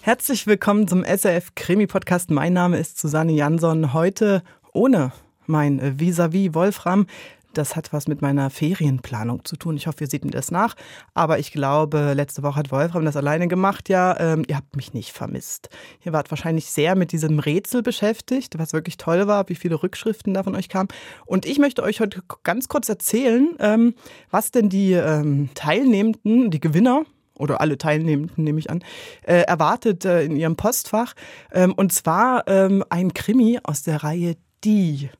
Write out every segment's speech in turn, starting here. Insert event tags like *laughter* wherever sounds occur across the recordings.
Herzlich willkommen zum SRF Krimi Podcast. Mein Name ist Susanne Jansson. Heute ohne mein Vis-à-vis -vis Wolfram. Das hat was mit meiner Ferienplanung zu tun. Ich hoffe, ihr seht mir das nach. Aber ich glaube, letzte Woche hat Wolfram das alleine gemacht. Ja, ähm, ihr habt mich nicht vermisst. Ihr wart wahrscheinlich sehr mit diesem Rätsel beschäftigt, was wirklich toll war, wie viele Rückschriften da von euch kamen. Und ich möchte euch heute ganz kurz erzählen, ähm, was denn die ähm, Teilnehmenden, die Gewinner, oder alle Teilnehmenden, nehme ich an, äh, erwartet äh, in ihrem Postfach. Ähm, und zwar ähm, ein Krimi aus der Reihe Die.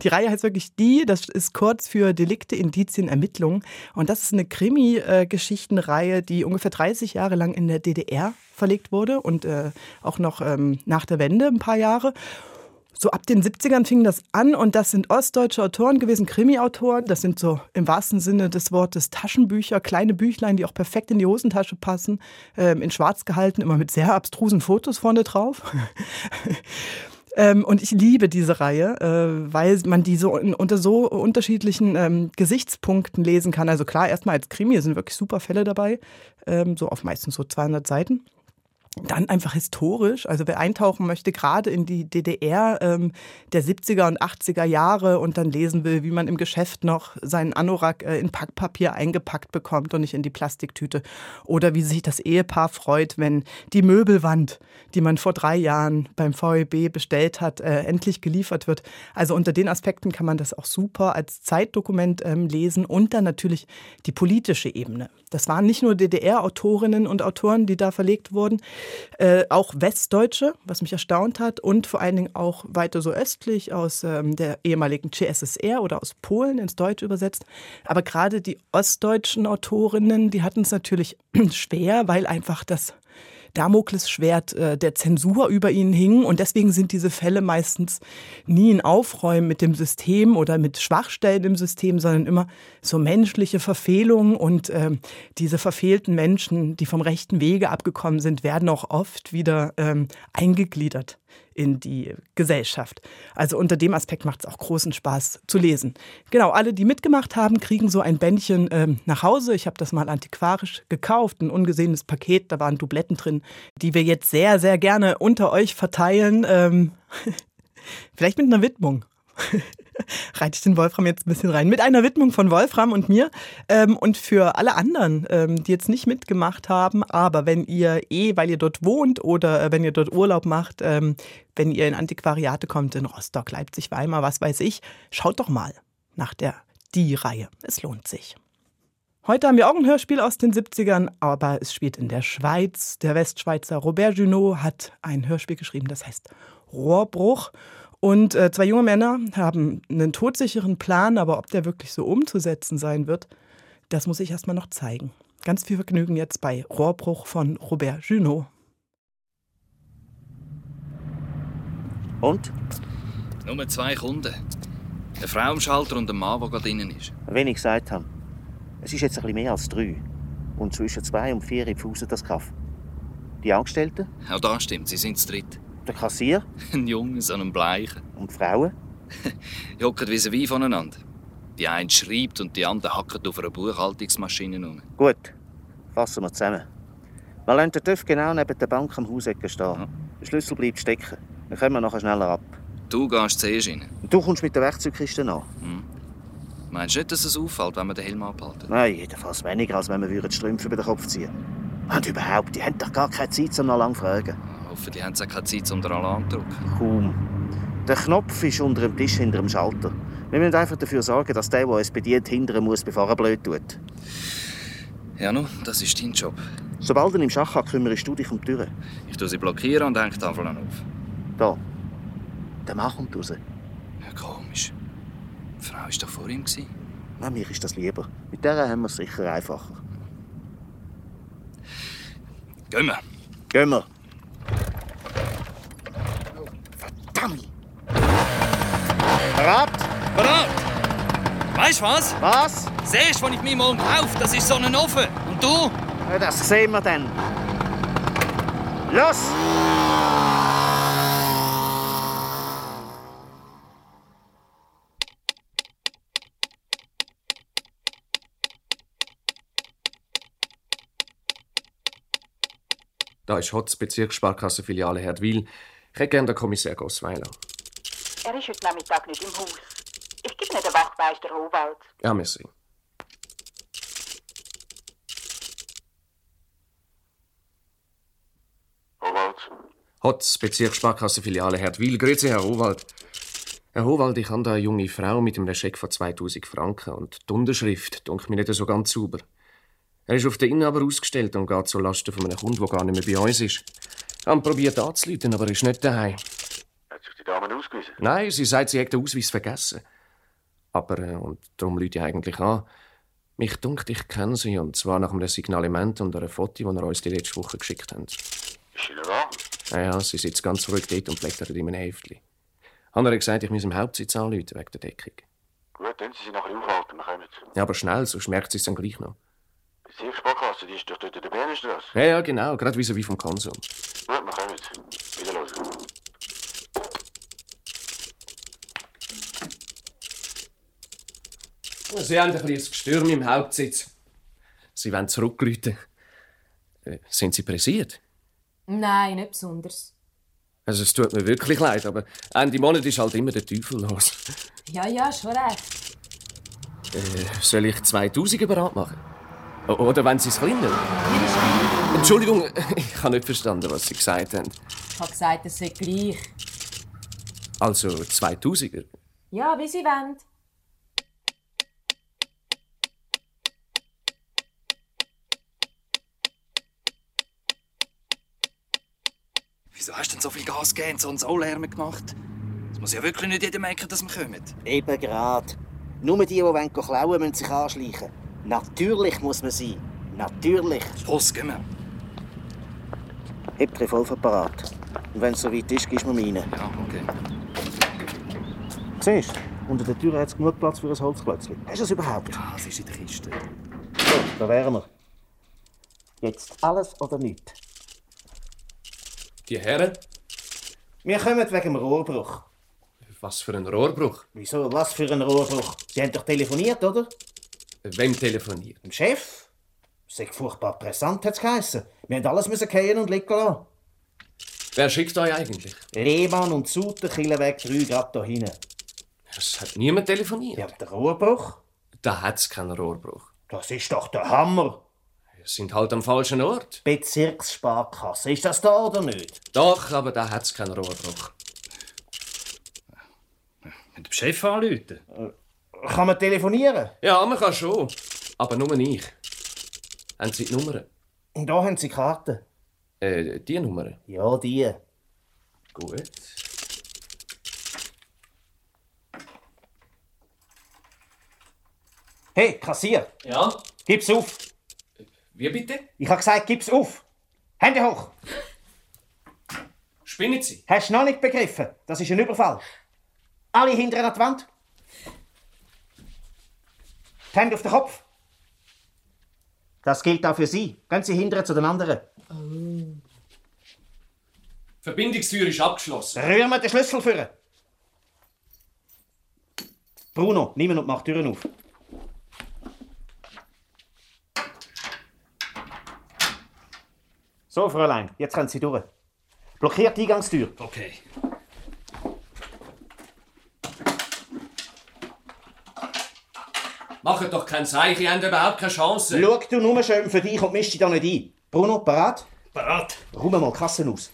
Die Reihe heißt wirklich Die, das ist kurz für Delikte, Indizien, Ermittlungen. Und das ist eine Krimi-Geschichtenreihe, die ungefähr 30 Jahre lang in der DDR verlegt wurde und äh, auch noch ähm, nach der Wende ein paar Jahre. So ab den 70ern fing das an und das sind ostdeutsche Autoren gewesen, Krimi-Autoren. Das sind so im wahrsten Sinne des Wortes Taschenbücher, kleine Büchlein, die auch perfekt in die Hosentasche passen, ähm, in schwarz gehalten, immer mit sehr abstrusen Fotos vorne drauf. ähm, und ich liebe diese Reihe, äh, weil man die so in, unter so unterschiedlichen ähm, Gesichtspunkten lesen kann. Also klar, erstmal als Krimi sind wirklich super Fälle dabei, ähm, so auf meistens so 200 Seiten. Dann einfach historisch, also wer eintauchen möchte, gerade in die DDR ähm, der 70er und 80er Jahre und dann lesen will, wie man im Geschäft noch seinen Anorak äh, in Packpapier eingepackt bekommt und nicht in die Plastiktüte. Oder wie sich das Ehepaar freut, wenn die Möbelwand, die man vor drei Jahren beim VEB bestellt hat, äh, endlich geliefert wird. Also unter den Aspekten kann man das auch super als Zeitdokument ähm, lesen und dann natürlich die politische Ebene. Das waren nicht nur DDR-Autorinnen und Autoren, die da verlegt wurden. Äh, auch Westdeutsche, was mich erstaunt hat, und vor allen Dingen auch weiter so östlich aus ähm, der ehemaligen CSSR oder aus Polen ins Deutsche übersetzt. Aber gerade die ostdeutschen Autorinnen, die hatten es natürlich *clears throat* schwer, weil einfach das Damoklesschwert äh, der Zensur über ihnen hing. Und deswegen sind diese Fälle meistens nie ein Aufräumen mit dem System oder mit Schwachstellen im System, sondern immer so menschliche Verfehlungen. Und äh, diese verfehlten Menschen, die vom rechten Wege abgekommen sind, werden auch oft wieder ähm, eingegliedert in die Gesellschaft. Also unter dem Aspekt macht es auch großen Spaß zu lesen. Genau, alle, die mitgemacht haben, kriegen so ein Bändchen ähm, nach Hause. Ich habe das mal antiquarisch gekauft, ein ungesehenes Paket, da waren Dubletten drin, die wir jetzt sehr, sehr gerne unter euch verteilen. Ähm, *laughs* vielleicht mit einer Widmung. *laughs* reite ich den Wolfram jetzt ein bisschen rein. Mit einer Widmung von Wolfram und mir ähm, und für alle anderen, ähm, die jetzt nicht mitgemacht haben, aber wenn ihr eh, weil ihr dort wohnt oder äh, wenn ihr dort Urlaub macht, ähm, wenn ihr in Antiquariate kommt, in Rostock, Leipzig, Weimar, was weiß ich, schaut doch mal nach der Die-Reihe. Es lohnt sich. Heute haben wir auch ein Hörspiel aus den 70ern, aber es spielt in der Schweiz. Der Westschweizer Robert Junot hat ein Hörspiel geschrieben, das heißt Rohrbruch. Und äh, zwei junge Männer haben einen todsicheren Plan, aber ob der wirklich so umzusetzen sein wird, das muss ich erstmal noch zeigen. Ganz viel Vergnügen jetzt bei Rohrbruch von Robert Junot. Und? Nur zwei Kunden. Eine Frau am Schalter und ein Mann, der gerade drinnen ist. Wenn ich gesagt habe, es ist jetzt ein bisschen mehr als drei. Und zwischen zwei und vier infusen das Kaff. Die Angestellten? Auch da stimmt, sie sind zu dritt. Der Kassier? *laughs* Ein Junge, so einen Bleichen. Und die Frauen? *laughs* Die hocken wie wie voneinander. Die eine schreibt und die andere hackt auf einer Buchhaltungsmaschine um. Gut, fassen wir zusammen. Wir lassen den TÜV genau neben der Bank am Hausecken stehen. Ja. Der Schlüssel bleibt stecken. Dann können wir nachher schneller ab. Du gehst zuerst rein. Und du kommst mit der Werkzeugkiste an. Hm. Meinst du nicht, dass es auffällt, wenn man den Helm abhalten? Nein, jedenfalls weniger, als wenn wir die Strümpfe über den Kopf ziehen Und überhaupt, die haben doch gar keine Zeit, um noch lange zu fragen. Hoffentlich haben sie auch keine Zeit, um den Alarm zu drücken. Kaum. Der Knopf ist unter dem Tisch hinter dem Schalter. Wir müssen einfach dafür sorgen, dass der, der uns bedient, hindern muss, bevor er blöd tut. Ja, nun, das ist dein Job. Sobald er im Schach hat, kümmerst du dich um die Türen. Ich tue sie blockieren und hänge die Tafel auf. Da. Der Mann kommt raus. Ja, komisch. Die Frau war doch vor ihm. Na, mir ist das lieber. Mit der haben wir es sicher einfacher. Gehen wir. Gehen wir. Bereit? Bereit? Weißt du was? Was? Siehst du, wenn ich mich morgen kaufe, das ist so ein Ofen. Und du? Ja, das sehen wir dann. Los! Da ist Hotz, Bezirkssparkassenfiliale Herdwil. Ich hätte gerne den Kommissär Gossweiler. Er ist heute Nachmittag nicht im Haus. Ich gebe nicht den Wachtmeister Howald. Ja, merci. Howald, Hotz, Bezirkssparkassenfiliale Herdwil. Grüezi, Herr Howald. Herr Howald, ich habe da eine junge Frau mit einem Scheck von 2000 Franken und die Unterschrift dunkt mir nicht so ganz sauber. Er ist auf den Inhaber ausgestellt und geht zu Lasten von einem Kunden, der gar nicht mehr bei uns ist. Ich habe probiert anzuleiten, aber er ist nicht daheim. hat sich die Dame ausgewiesen? Nein, sie sagt, sie hätte den Ausweis vergessen. Aber, äh, und darum lüte ich eigentlich an, mich dunkt, ich kenne sie, und zwar nach einem Signalement und einem Foto, das er uns die letzte Woche geschickt hat. Ist sie noch da? Ja, ja, sie sitzt ganz ruhig dort und blättert in meinem Heftchen. Hat er gesagt, ich muss im Hauptsitz anrufen, wegen der Deckung. Gut, dann Sie sich noch ein bisschen aufhalten, wir kommen. Ja, aber schnell, sonst merkt sie es dann gleich noch. Bezirkssparkasse, also, die ist doch dort in der Bernenstraße. Ja, ja, genau, gerade wie wie vom Konsum. Gut, wir kommen. Wieder los. Sie haben ein bisschen Gestürm im Hauptsitz. Sie wollen zurückrufen. Äh, Sind Sie pressiert? *laughs* Nein, nicht besonders. Also, es tut mir wirklich leid, aber Ende Monat ist halt immer der Teufel los. *laughs* Ja, ja, schon recht. Äh, soll ich 2000 bereit machen? O- Oder wenn Sie es kleiner? Entschuldigung, *laughs* ich habe nicht verstanden, was Sie gesagt haben. Ich habe gesagt, es sei gleich. Also 2000er? Ja, wie sie wollen. Wieso hast du denn so viel Gas gegeben und so einen Saulärm gemacht? Es muss ja wirklich nicht jeder merken, dass wir kommen. Eben gerade. Nur die, die wollen klauen wollen, müssen sich anschleichen. Natürlich muss man sein. Natürlich. Los, gehen wir. Hebt Revolver parat. Und wenn es soweit ist, gibst du mir rein. Ja, okay. Siehst du, unter der Tür hat es genug Platz für ein Holzklötzchen. Hast du es überhaupt? Ah, es ist in der Kiste. So, da wären wir. Jetzt alles oder nichts. Die Herren? Wir kommen wegen dem Rohrbruch. Was für ein Rohrbruch. Wieso? Was für ein Rohrbruch? Sie haben doch telefoniert, oder? Wem telefoniert? Dem Chef? Sehr furchtbar pressant, hat es geheissen. Wir haben alles müssen gehen und liegen lassen. Wer schickt euch eigentlich? Lehmann und Suter killen weg drei Grad hier hinten. Es hat niemand telefoniert. Ja, der Rohrbruch? Da hat es keinen Rohrbruch. Das ist doch der Hammer. Wir sind halt am falschen Ort. Bezirkssparkasse, ist das da oder nicht? Doch, aber da hat es keinen Rohrbruch. Mit dem Chef anrufen. Kann man telefonieren? Ja, man kann schon. Aber nur ich. Haben Sie die Nummern? Und da haben sie Karten. Äh, die Nummern? Ja, die. Gut. Hey, Kassier, Ja? gib's auf. Wie bitte? Ich hab gesagt, gib's auf. Hände hoch. Spinnen Sie? Hast du noch nicht begriffen? Das ist ein Überfall. Alle hinter an die Wand. Die Hände auf den Kopf. Das gilt auch für Sie. Gehen Sie hinterher zu den anderen. Oh. Verbindungstür ist abgeschlossen. Rühren wir den Schlüssel führen. Bruno, nimm ihn und mach die Türen auf. So, Fräulein, jetzt können Sie durch. Blockiert die Eingangstür. Okay. Machen doch kein Zeichen, ihr habt überhaupt keine Chance. Schau du nur schön für dich und misch dich da nicht ein. Bruno, parat? Parat. Räumen mal die Kassen aus.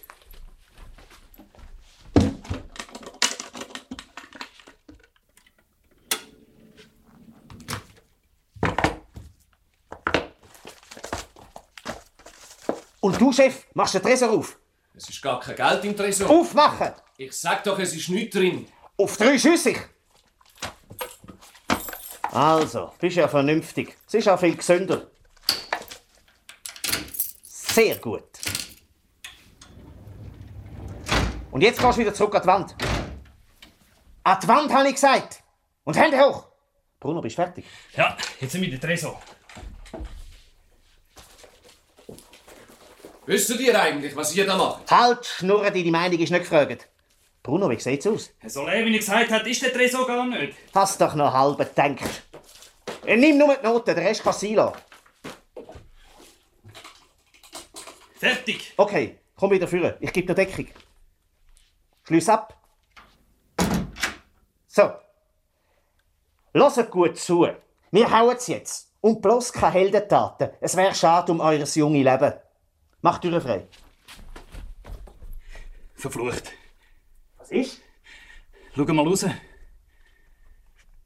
Und du, Chef, machst den Tresor auf. Es ist gar kein Geld im Tresor. Aufmachen! Ich sag doch, es ist nichts drin. Auf drei Schüssig! Also, bist ja vernünftig. Es ist auch viel gesünder. Sehr gut. Und jetzt gehst du wieder zurück an die Wand. An die Wand, habe ich gesagt. Und Hände hoch. Bruno, bist du fertig? Ja, jetzt sind wir der Tresor. Wisst ihr eigentlich, was ihr da macht? Halt, Schnurren, deine Meinung ist nicht gefragt. Bruno, wie sieht's aus? So leer, wie ich gesagt habe, ist der Tresor gar nicht. Hast doch noch halb gedacht. Nimm nur die Noten, der Rest kann sein lassen. Fertig. Okay, komm wieder führen. Ich gebe dir Deckung. Schließ ab. So. Hört gut zu. Wir hauen es jetzt. Und bloß keine Heldentaten. Es wäre schade um eures junge Leben. Macht Türen frei. Verflucht. Was ist? Schau mal raus.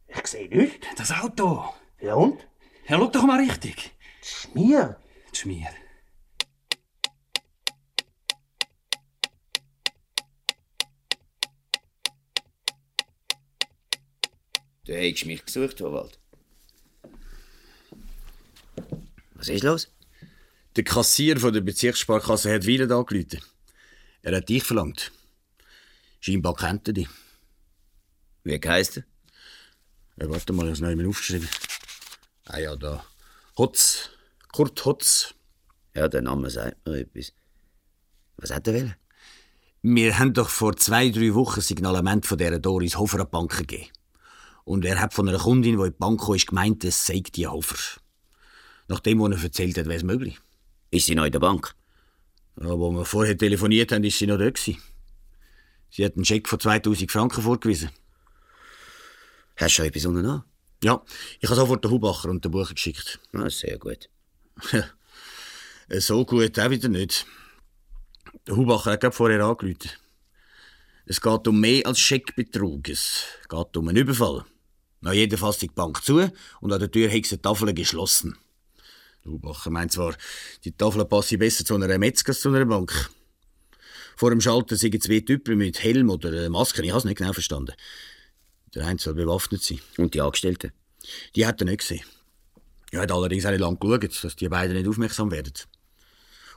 Ich sehe nichts. Das Auto. Ja und? Ja, schau doch mal richtig. Schmier. Das ist mir. Du hättest mich gesucht, Howald. Was ist los? Der Kassier von der Bezirkssparkasse hat wieder angerufen. Er hat dich verlangt. Scheinbar kennt er dich. Wie heisst er? Ja, Äh, warte mal, ich habe es noch einmal aufgeschrieben. Ah ja, da. Hotz. Kurt Hotz. Ja, der Name sagt mir etwas. Was hat er wollen? Wir haben doch vor zwei, drei Wochen ein Signalement von dieser Doris Hofer an die Bank gegeben. Und er hat von einer Kundin, die in die Bank kam, ist gemeint, es sei die Hofer. Nach dem, was er erzählt hat, wäre es möglich. Ist sie noch in der Bank? Ja, wo wir vorher telefoniert haben, ist sie noch da. Gewesen. Sie hat einen Scheck von 2000 Franken vorgewiesen. Hast du schon etwas unternommen? Ja, ich habe sofort den Hubacher und den Bucher geschickt. Ah, sehr gut. so gut auch wieder nicht. Der Hubacher hat gerade vorher angerufen. Es geht um mehr als Scheckbetrug. Es geht um einen Überfall. Nach jeder Fassung die Bank zu und an der Tür hat sie die Tafel geschlossen. Der Hubacher meint zwar, die Tafel passe besser zu einer Metzger als zu einer Bank. Vor dem Schalter sind zwei Typen mit Helm oder äh, Maske. Ich habe es nicht genau verstanden. Der eine soll bewaffnet sein. Und die Angestellten? Die hat er nicht gesehen. Er hat allerdings auch nicht lange geschaut, dass die beiden nicht aufmerksam werden.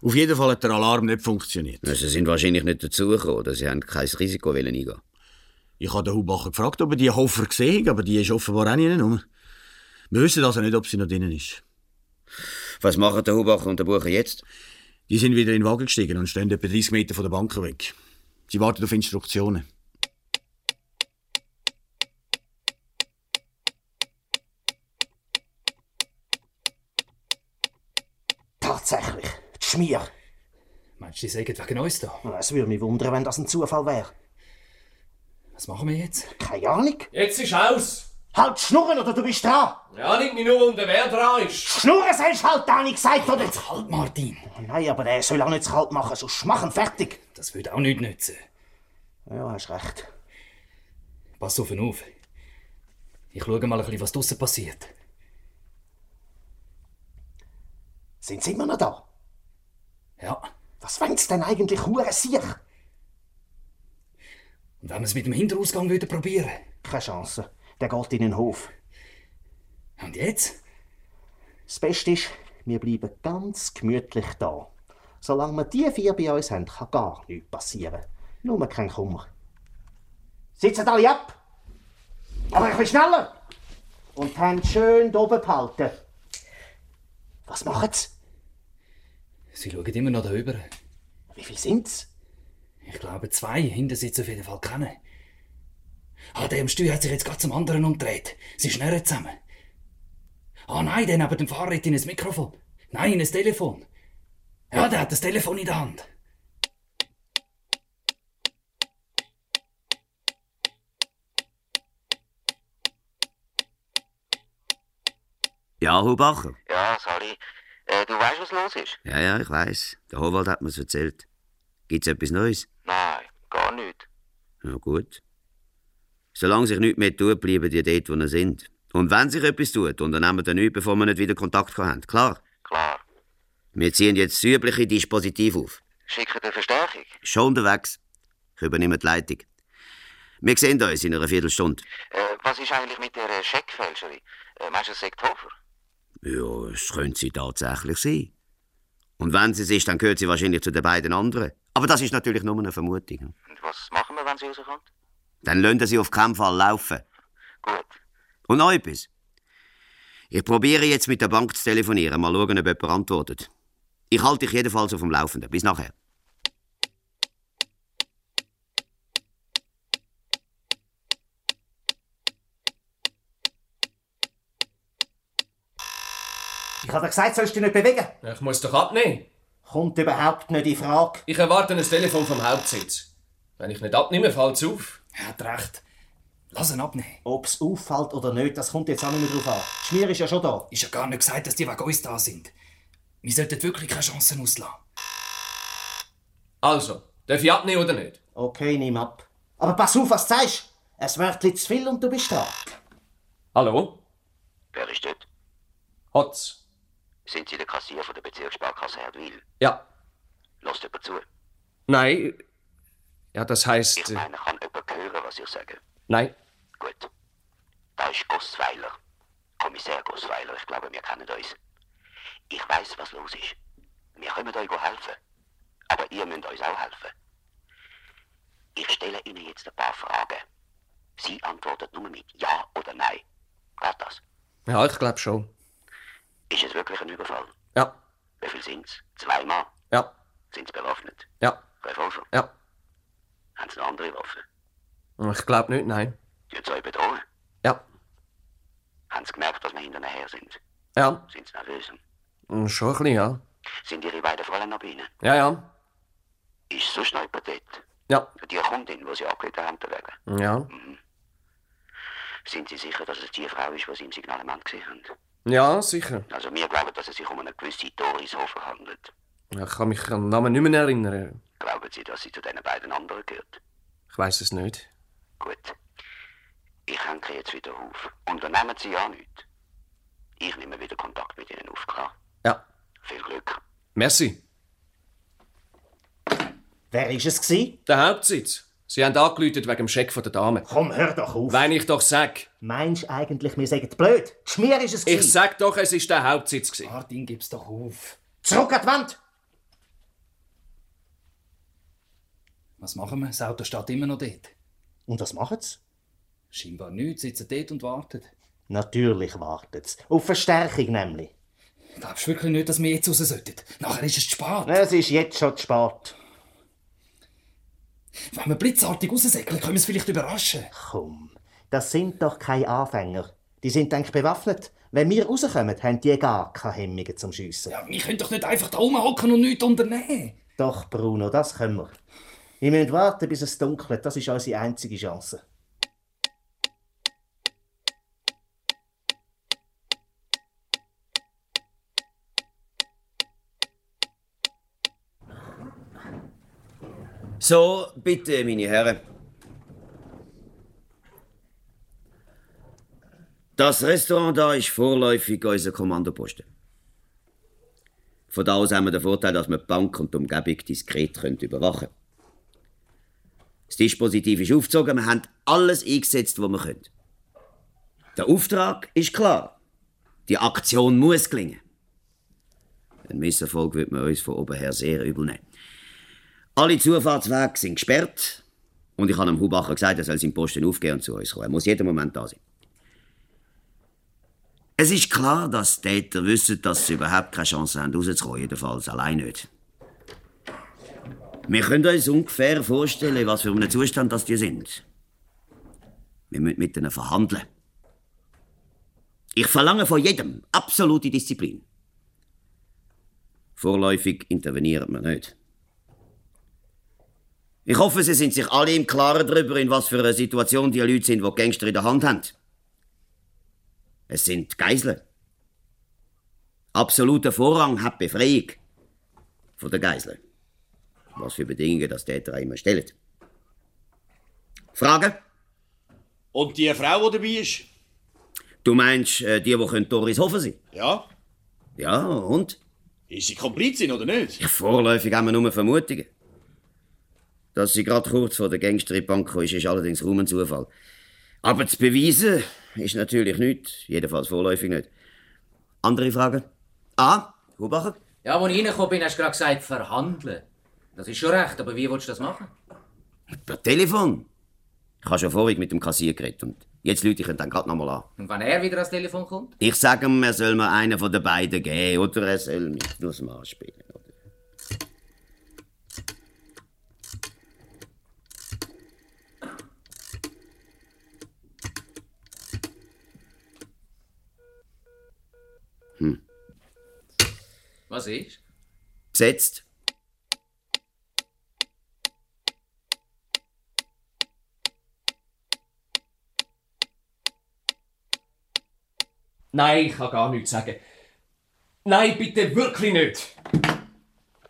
Auf jeden Fall hat der Alarm nicht funktioniert. Ja, Also, Sie sind wahrscheinlich nicht dazugekommen, oder sie haben kein Risiko wollen eingehen. Ich habe den Hubacher gefragt, ob er die Hofer gesehen hat, aber die ist offenbar auch nicht rum. Wir wissen also nicht, ob sie noch drinnen ist. Was machen der Hubacher und der Bucher jetzt? Die sind wieder in den Wagen gestiegen und stehen etwa 30 Meter von der Bank weg. Sie warten auf Instruktionen. Tatsächlich. Die Schmier. Meinst du, die sagen wegen uns da? Es würde mich wundern, wenn das ein Zufall wäre. Was machen wir jetzt? Keine Ahnung. Jetzt ist aus! Halt Schnurren oder du bist dran. Ja, nicht mich nur wunder, wer dran ist. Schnurren sagst halt da nicht gesagt, oder? Halt, Martin. Nein, aber der soll auch nicht zu kalt machen, sonst machen fertig. Das würde auch nicht nützen. Ja, hast recht. Pass auf ihn auf. Ich schaue mal ein bisschen, was draussen passiert. Sind sie immer noch da? Ja. Was wollen sie denn eigentlich hure sicher? Und wenn wir es mit dem Hinterausgang würden probieren? Keine Chance. Der geht in den Hof. Und jetzt? Das Beste ist, wir bleiben ganz gemütlich da. Solange wir die vier bei uns haben, kann gar nichts passieren. Nur kein Kummer. Sitzen alle ab! Aber ich bin schneller! Und die Hände schön da oben behalten. Was machen sie? Sie schauen immer noch da rüber. Wie viel sind's? Ich glaube, zwei hinten sitzen auf jeden Fall kennen. Ah, der am Steuer hat sich jetzt gerade zum anderen umgedreht. Sie schnurren zusammen. Ah nein, der neben dem Fahrrad in ein Mikrofon. Nein, in ein Telefon. Ja, der hat das Telefon in der Hand. Ja, Hubacher. Ja, sorry. Äh, du weißt, was los ist? Ja, ja, ich weiß. Der Howald hat mir's erzählt. Gibt's etwas Neues? Nein, gar nicht. Na gut. Solange sich nichts mehr tut, bleiben die dort, wo sie sind. Und wenn sich etwas tut, unternehmen wir nichts, bevor wir nicht wieder Kontakt gehabt haben. Klar? Klar. Wir ziehen jetzt das übliche Dispositiv auf. Schicken eine Verstärkung? Schon unterwegs. Ich übernehme die Leitung. Wir sehen uns in einer Viertelstunde. Äh, was ist eigentlich mit der äh, Scheckfälscherin? Äh, meinst du, das sagt Hofer? Ja, es könnte sie tatsächlich sein. Und wenn sie es ist, dann gehört sie wahrscheinlich zu den beiden anderen. Aber das ist natürlich nur eine Vermutung. Und was machen wir, wenn sie rauskommt? Dann lassen sie auf keinen Fall laufen. Gut. Und noch etwas. Ich probiere jetzt mit der Bank zu telefonieren. Mal schauen, ob jemand antwortet. Ich halte dich jedenfalls auf dem Laufenden. Bis nachher. Ich habe dir gesagt, sollst du dich nicht bewegen. Ich muss doch abnehmen. Kommt überhaupt nicht in Frage. Ich erwarte ein Telefon vom Hauptsitz. Wenn ich nicht abnehme, fällt's auf. Er hat recht. Lass ihn abnehmen. Ob es auffällt oder nicht, das kommt jetzt auch nicht mehr drauf an. Schmier ist ja schon da. Ist ja gar nicht gesagt, dass die wegen uns da sind. Wir sollten wirklich keine Chancen auslassen. Also, darf ich abnehmen oder nicht? Okay, nimm ab. Aber pass auf, was du sagst. Es wird zu viel und du bist dran. Hallo? Wer ist dort? Hotz? Sind Sie der Kassier von der Bezirkssparkasse Herdwil? Ja. Lasst jemand zu. Nein. Ja, das heißt. äh, Ich meine, kann jemand hören, was ich sage? Nein. Gut. Da ist Gossweiler. Kommissär Gossweiler, ich glaube, wir kennen uns. Ich weiß, was los ist. Wir können euch helfen. Aber ihr müsst uns auch helfen. Ich stelle Ihnen jetzt ein paar Fragen. Sie antworten nur mit Ja oder Nein. Geht das? Ja, ich glaube schon. Ist es wirklich ein Überfall? Ja. Wie viel sind's? Zweimal? Ja. Sind's bewaffnet? Ja. Revolver? Ja. Haben sie noch andere Waffen? Ich glaube nicht, nein. Die sie euch bedrohen? Ja. Haben sie gemerkt, dass wir hinter ihnen her sind? Ja. Sind sie nervös? Hm, Schon ein bisschen, ja. Sind ihre beiden Fräulein noch bei ihnen? Ja, ja. Ist sonst noch jemand dort? Ja. Die Kundin, die sie abgelehnt haben, wegen. Ja. Sind sie sicher, dass es die Frau ist, die sie im Signalement gesehen haben? Ja, sicher. Also wir glauben, dass es sich um eine gewisse Doris Hofer handelt. Ja, Ich kann mich an den Namen nicht mehr erinnern. Glauben Sie, dass sie zu den beiden anderen gehört? Ich weiß es nicht. Gut. Ich hänge jetzt wieder auf. Unternehmen Sie ja nichts. Ich nehme wieder Kontakt mit Ihnen auf, klar? Ja. Viel Glück. Merci. Wer ist es gsi? Der Hauptsitz. Sie haben angelütet wegen dem Scheck von der Dame. Komm, hör doch auf. Wenn ich doch sag. Meinst du eigentlich, wir sagen blöd? Schmier ist es gsi. Ich sag doch, es ist der Hauptsitz gewesen. Martin, gib's doch auf. Zurück an die Wand! Was machen wir? Das Auto steht immer noch dort. Und was machen's? Scheinbar nichts, sitzen dort und warten. Natürlich wartet's. Auf Verstärkung nämlich. Glaubst du wirklich nicht, dass wir jetzt raus sollten? Nachher ist es zu spät. Es ist jetzt schon zu spät. Wenn wir blitzartig raussäckeln, können wir es vielleicht überraschen. Komm, das sind doch keine Anfänger. Die sind denk bewaffnet. Wenn wir rauskommen, haben die gar keine Hemmungen zum Schiessen. Wir können doch nicht einfach da rumhocken und nichts unternehmen. Doch, Bruno, das können wir. Wir müssen warten, bis es dunkelt. Das ist unsere einzige Chance. So, bitte, meine Herren. Das Restaurant da ist vorläufig unser Kommandoposten. Von da aus haben wir den Vorteil, dass wir die Bank und die Umgebung diskret können überwachen können. Das Dispositiv ist aufgezogen, wir haben alles eingesetzt, was wir können. Der Auftrag ist klar. Die Aktion muss gelingen. Ein Misserfolg wird man uns von oben her sehr übel nehmen. Alle Zufahrtswege sind gesperrt. Und ich habe dem Hubacher gesagt, er soll seinen Posten aufgeben und zu uns kommen. Er muss jeden Moment da sein. Es ist klar, dass die Täter wissen, dass sie überhaupt keine Chance haben, rauszukommen. Jedenfalls allein nicht. Wir können uns ungefähr vorstellen, in was für einem Zustand das die sind. Wir müssen mit ihnen verhandeln. Ich verlange von jedem absolute Disziplin. Vorläufig interveniert man nicht. Ich hoffe, Sie sind sich alle im Klaren darüber, in was für einer Situation die Leute sind, die die Gangster in der Hand haben. Es sind Geiseln. Absoluter Vorrang hat die Befreiung von der Geiseln. Was für Bedingungen das Täter auch immer stellen. Fragen? Und die Frau, die dabei ist? Du meinst, äh, die, die können Doris Hofer sein? Ja. Ja, und? Ist sie Komplizin oder nicht? Ja, vorläufig haben wir nur Vermutungen. Dass sie gerade kurz vor der Gangsterbank gekommen ist, ist allerdings kaum ein Zufall. Aber zu beweisen ist natürlich nichts. Jedenfalls vorläufig nicht. Andere Fragen? Ah, Hubacher? Ja, als ich reingekommen bin, hast du gerade gesagt, verhandeln. Das ist schon recht, aber wie willst du das machen? Per Telefon? Ich habe schon vorhin mit dem Kassier geredet und jetzt Leute ich ihn dann gerade nochmal an. Und wenn er wieder ans Telefon kommt? Ich sage ihm, er soll mir einen von den beiden geben oder er soll mich nur mal spielen. Oder? Was ist? Besetzt? Nein, ich kann gar nichts sagen. Nein, bitte wirklich nicht.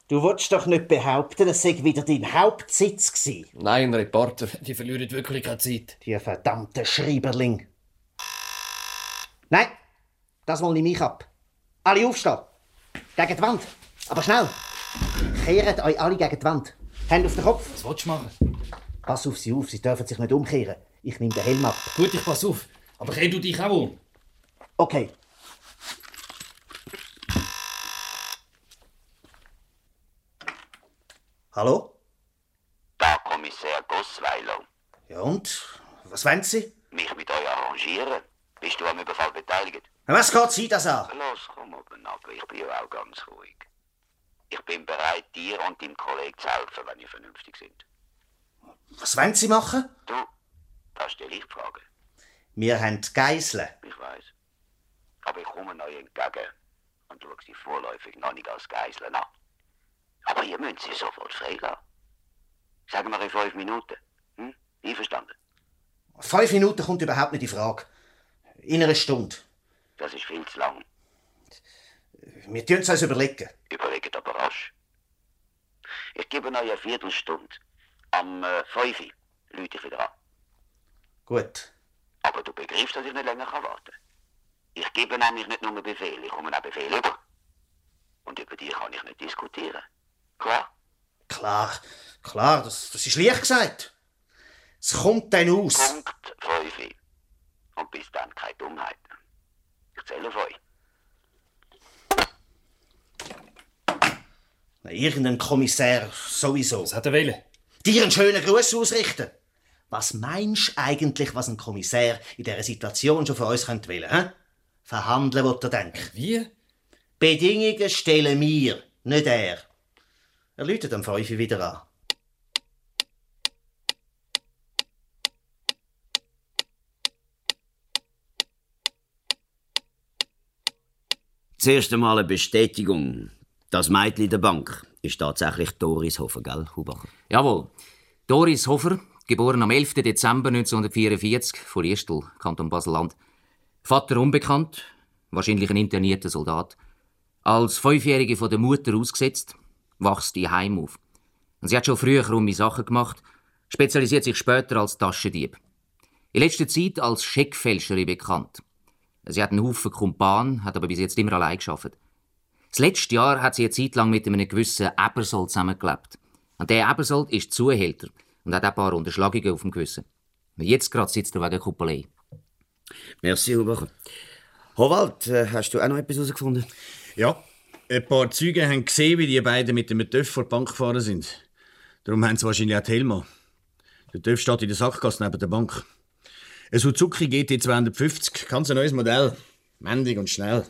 Du willst doch nicht behaupten, es sei wieder dein Hauptsitz gewesen. Nein, Reporter. Die verlieren wirklich keine Zeit. Die verdammten Schreiberling. Nein, das will ich mich ab. Alle aufstehen. Gegen die Wand. Aber schnell. Kehrt euch alle gegen die Wand. Hände auf den Kopf. Was willst du machen? Pass auf sie auf, sie dürfen sich nicht umkehren. Ich nehme den Helm ab. Gut, ich pass auf. Aber kehr du dich auch um. Okay. Hallo? Da, Kommissär Gossweiler. Ja und? Was wollen Sie? Mich mit euch arrangieren? Bist du am Überfall beteiligt? Na, Was geht Sie das an? Los, komm oben ab. Ich bin ja auch ganz ruhig. Ich bin bereit, dir und deinem Kollegen zu helfen, wenn ihr vernünftig sind. Was wollen Sie machen? Du, das stelle ich die Frage. Wir haben die Geiseln. Ich weiß. Aber ich komme euch entgegen und schaue sie vorläufig noch nicht als Geiseln an. Aber ihr müsst sie sofort freilassen. Sagen wir in fünf Minuten. Hm? Einverstanden? Fünf Minuten kommt überhaupt nicht in Frage. In einer Stunde. Das ist viel zu lang. Wir tun es uns überlegen. Überlegt aber rasch. Ich gebe euch eine Viertelstunde. Am äh, 5 Uhr rufe ich wieder an. Gut. Aber du begreifst, dass ich nicht länger kann warten kann. Ich gebe nämlich nicht nur Befehle, ich komme auch Befehle über. Und über die kann ich nicht diskutieren. Klar? Klar, klar, das, das ist leicht gesagt. Es kommt dann aus. Punkt 5 Uhr. Und bis dann keine Dummheiten. Ich zähle auf euch. Irgendein Kommissär sowieso. Was hat er wollen? Dir einen schönen Gruß ausrichten. Was meinst du eigentlich, was ein Kommissär in dieser Situation schon von uns könnte wollen? He? Verhandeln, was er denkt. Wie? Bedingungen stellen wir, nicht er. Er läutet am 5 Uhr wieder an. Zuerst einmal eine Bestätigung. Das Mädchen der Bank ist tatsächlich Doris Hofer, gell, Hubacher? Jawohl. Doris Hofer, geboren am 11. Dezember 1944 von Irstel, Kanton Basel-Land. Vater unbekannt, wahrscheinlich ein internierter Soldat. Als Fünfjährige von der Mutter ausgesetzt, wächst die Heim auf. Und sie hat schon früher krumme Sachen gemacht, spezialisiert sich später als Taschendieb. In letzter Zeit als Scheckfälscherin bekannt. Sie hat einen Haufen Kumpan, hat aber bis jetzt immer allein geschafft. Das letzte Jahr hat sie eine Zeit lang mit einem gewissen Ebersold zusammengelebt. Und der Ebersold ist Zuhälter und hat auch ein paar Unterschlagungen auf dem Gewissen. Und jetzt gerade sitzt er wegen Kuppelei. Merci, Hubacher. Howald, äh, hast du auch noch etwas herausgefunden? Ja, ein paar Zeugen haben gesehen, wie die beiden mit dem TÜV vor die Bank gefahren sind. Darum haben sie wahrscheinlich auch die Helme. an. Der TÜV steht in der Sackgasse neben der Bank. Ein Suzuki GT 250, ganz ein neues Modell. Wendig und schnell.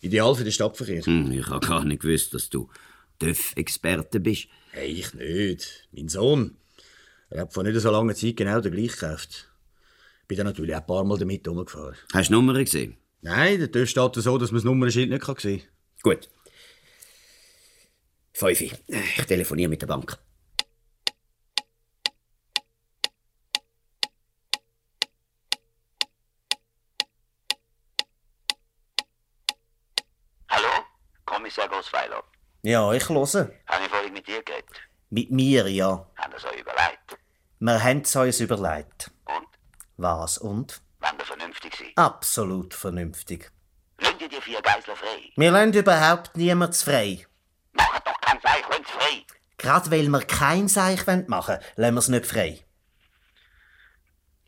Ideal für den Stadtverkehr. Hm, ich habe gar nicht gewusst, dass du TÜV-Experte bist. Hey, ich nicht. Mein Sohn. Er hat vor nicht so langer Zeit genau den gleichen gekauft. Bin dann natürlich auch ein paar Mal damit rumgefahren. Hast du die Nummer gesehen? Nein, der TÜV steht so, dass man das Nummernschild nicht kann sehen kann. Gut. Feufi, ich telefoniere mit der Bank. Kommissar Gossweiler, Ja, ich höre. habe ich vorhin mit dir geredet. Mit mir, ja. Haben das euch überlegt. Wir haben es uns überlegt. Und? Was und? Wenn wir vernünftig sind. Ah. Absolut vernünftig. Lönnt ihr die vier Geiseln frei? Wir lassen überhaupt niemanden frei. Macht doch kein Seich, lönnt frei! Gerade weil wir kein Seich machen wollen, lassen wir es nicht frei.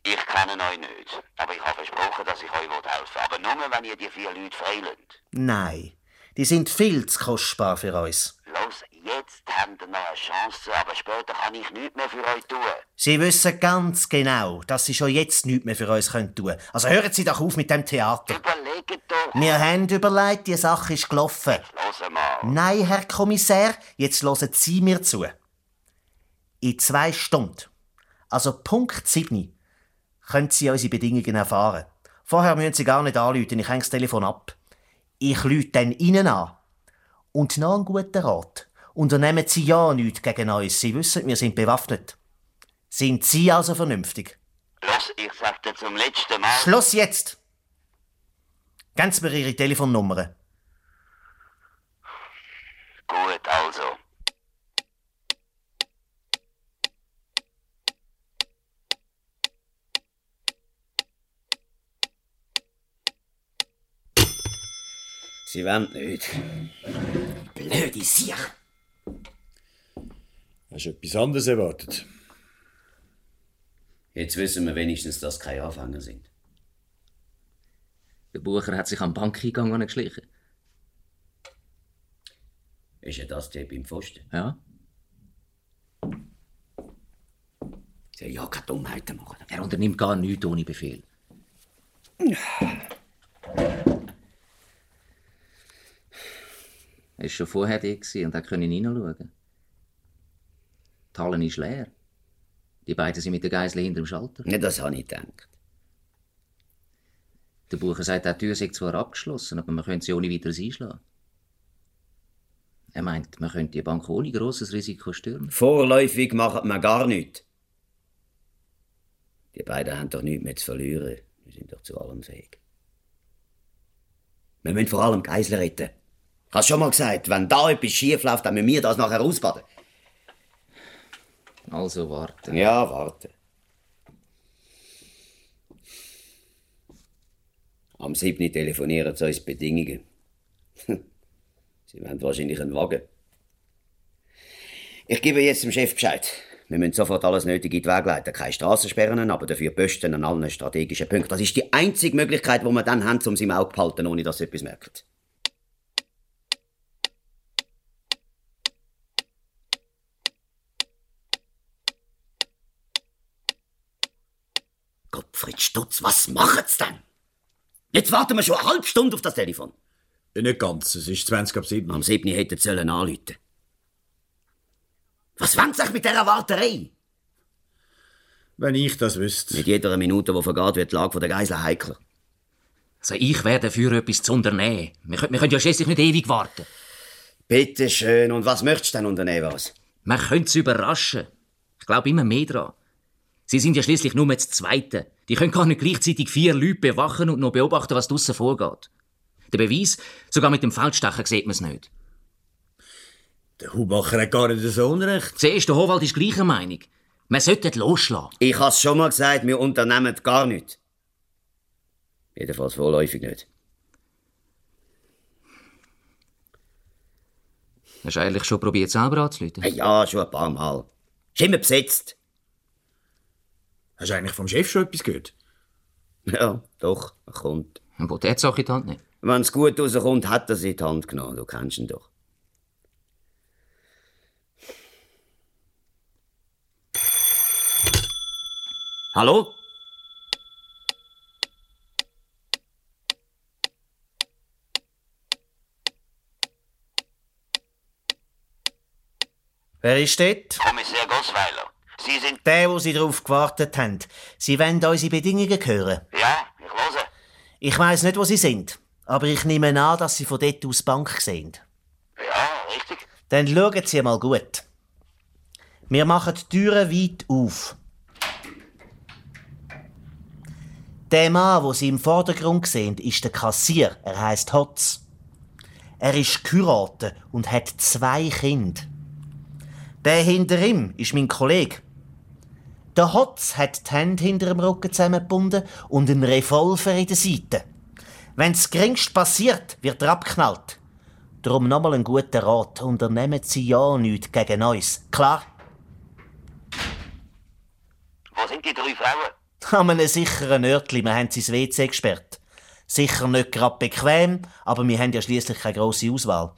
Ich kenne euch nicht, aber ich habe versprochen, dass ich euch helfen will. Aber nur, wenn ihr die vier Leute freilönt. Nein, die sind viel zu kostbar für uns. Los, jetzt habt ihr noch eine Chance, aber später kann ich nichts mehr für euch tun. Sie wissen ganz genau, dass sie schon jetzt nichts mehr für uns können tun können. Also hören Sie doch auf mit dem Theater. Überlegt doch! Wir haben überlegt, die Sache ist gelaufen. Los einmal! Nein, Herr Kommissär, jetzt hören Sie mir zu. In zwei Stunden, also Punkt 7, können Sie unsere Bedingungen erfahren. Vorher müssen Sie gar nicht anrufen, ich hänge das Telefon ab. Ich lüte dann Ihnen an. Und noch einen guten Rat. Unternehmen Sie ja nichts gegen uns. Sie wissen, wir sind bewaffnet. Sind Sie also vernünftig? Los, ich sag dir zum letzten Mal. Schluss jetzt! Geben Sie mir Ihre Telefonnummer. Gut, also. Sie wollen nicht. Blöde Sieg. Hast du etwas anderes erwartet? Jetzt wissen wir wenigstens, dass keine Anfänger sind. Der Bucher hat sich am Bankeingang angeschlichen. Ist ja das der beim Pfosten? Ja. Soll ja keine Dummheiten machen. Er unternimmt gar nichts ohne Befehl. Er war schon vorher da gewesen und er konnte hineinschauen. Die Halle ist leer. Die beiden sind mit der Geisel hinter dem Schalter. Ja, das habe ich gedacht. Der Bucher sagt, die Tür sei zwar abgeschlossen, aber man könnte sie ohne weiteres einschlagen. Er meint, man könnte die Bank ohne grosses Risiko stürmen. Vorläufig machen wir gar nichts. Die beiden haben doch nichts mehr zu verlieren. Wir sind doch zu allem fähig. Wir müssen vor allem Geisler retten. Ich habe schon mal gesagt, wenn da etwas schief läuft, dann müssen wir das nachher ausbaden. Also warten. Ja, warten. Am 7. telefonieren sie uns die Bedingungen. *laughs* sie wollen wahrscheinlich einen Wagen. Ich gebe jetzt dem Chef Bescheid. Wir müssen sofort alles Nötige in die Wege leiten. Keine Strassensperren, aber dafür Posten an allen strategischen Punkten. Das ist die einzige Möglichkeit, die wir dann haben, um sie im Auge zu behalten, ohne dass sie etwas merken. Gottfried Stutz, was machen sie denn? Jetzt warten wir schon eine halbe Stunde auf das Telefon. Nicht ganz, es ist 20 ab 7. Am 7. hätten sie sollen anrufen. Was wollen sie sich mit dieser Warterei? Wenn ich das wüsste. Mit jeder Minute, die vergeht, wird die Lage der Geisel heikler. Also ich wäre dafür, etwas zu unternehmen. Wir können, wir können ja schließlich nicht ewig warten. Bitte schön, und was möchtest du denn unternehmen, was? Man könnte sie überraschen. Ich glaube immer mehr dran. Sie sind ja schließlich nur das Zweite. Die können gar nicht gleichzeitig vier Leute bewachen und noch beobachten, was draussen vorgeht. Der Beweis, sogar mit dem Feldstecher sieht man es nicht. Der Hubacher hat gar nicht so Unrecht. Siehst du, der Howald ist gleicher Meinung. Man sollte losschlagen. Ich habe es schon mal gesagt, wir unternehmen gar nichts. Jedenfalls vorläufig nicht. Hast du eigentlich schon probiert, selber anzuleiten? Ja, schon ein paar Mal. Ist immer besetzt. Hast du eigentlich vom Chef schon etwas gehört? Ja, doch, er kommt. Und wo der Sache in die Hand nehmen? Wenn es gut rauskommt, hat er sie in die Hand genommen. Du kennst ihn doch. Hallo? Wer ist dort? Kommissar Gosweiler. Sie sind. Der, wo Sie darauf gewartet haben. Sie wollen unsere Bedingungen hören. Ja, ich höre. Ich weiß nicht, wo Sie sind, aber ich nehme an, dass Sie von dort aus die Bank sehen. Ja, richtig. Dann schauen Sie mal gut. Wir machen die Türen weit auf. Der Mann, wo Sie im Vordergrund sehen, ist der Kassier. Er heißt Hotz. Er ist geheiratet und hat zwei Kinder. Der hinter ihm ist mein Kollege. Der Hotz hat die Hände hinter dem Rücken zusammengebunden und einen Revolver in der Seite. Wenn's geringst passiert, wird er abknallt. Drum nochmal einen guten Rat. Unternehmen Sie ja nichts gegen uns. Klar? Wo sind die drei Frauen? An einem sicheren Örtli, wir haben sie ins WC gesperrt. Sicher nicht gerade bequem, aber wir haben ja schließlich keine grosse Auswahl.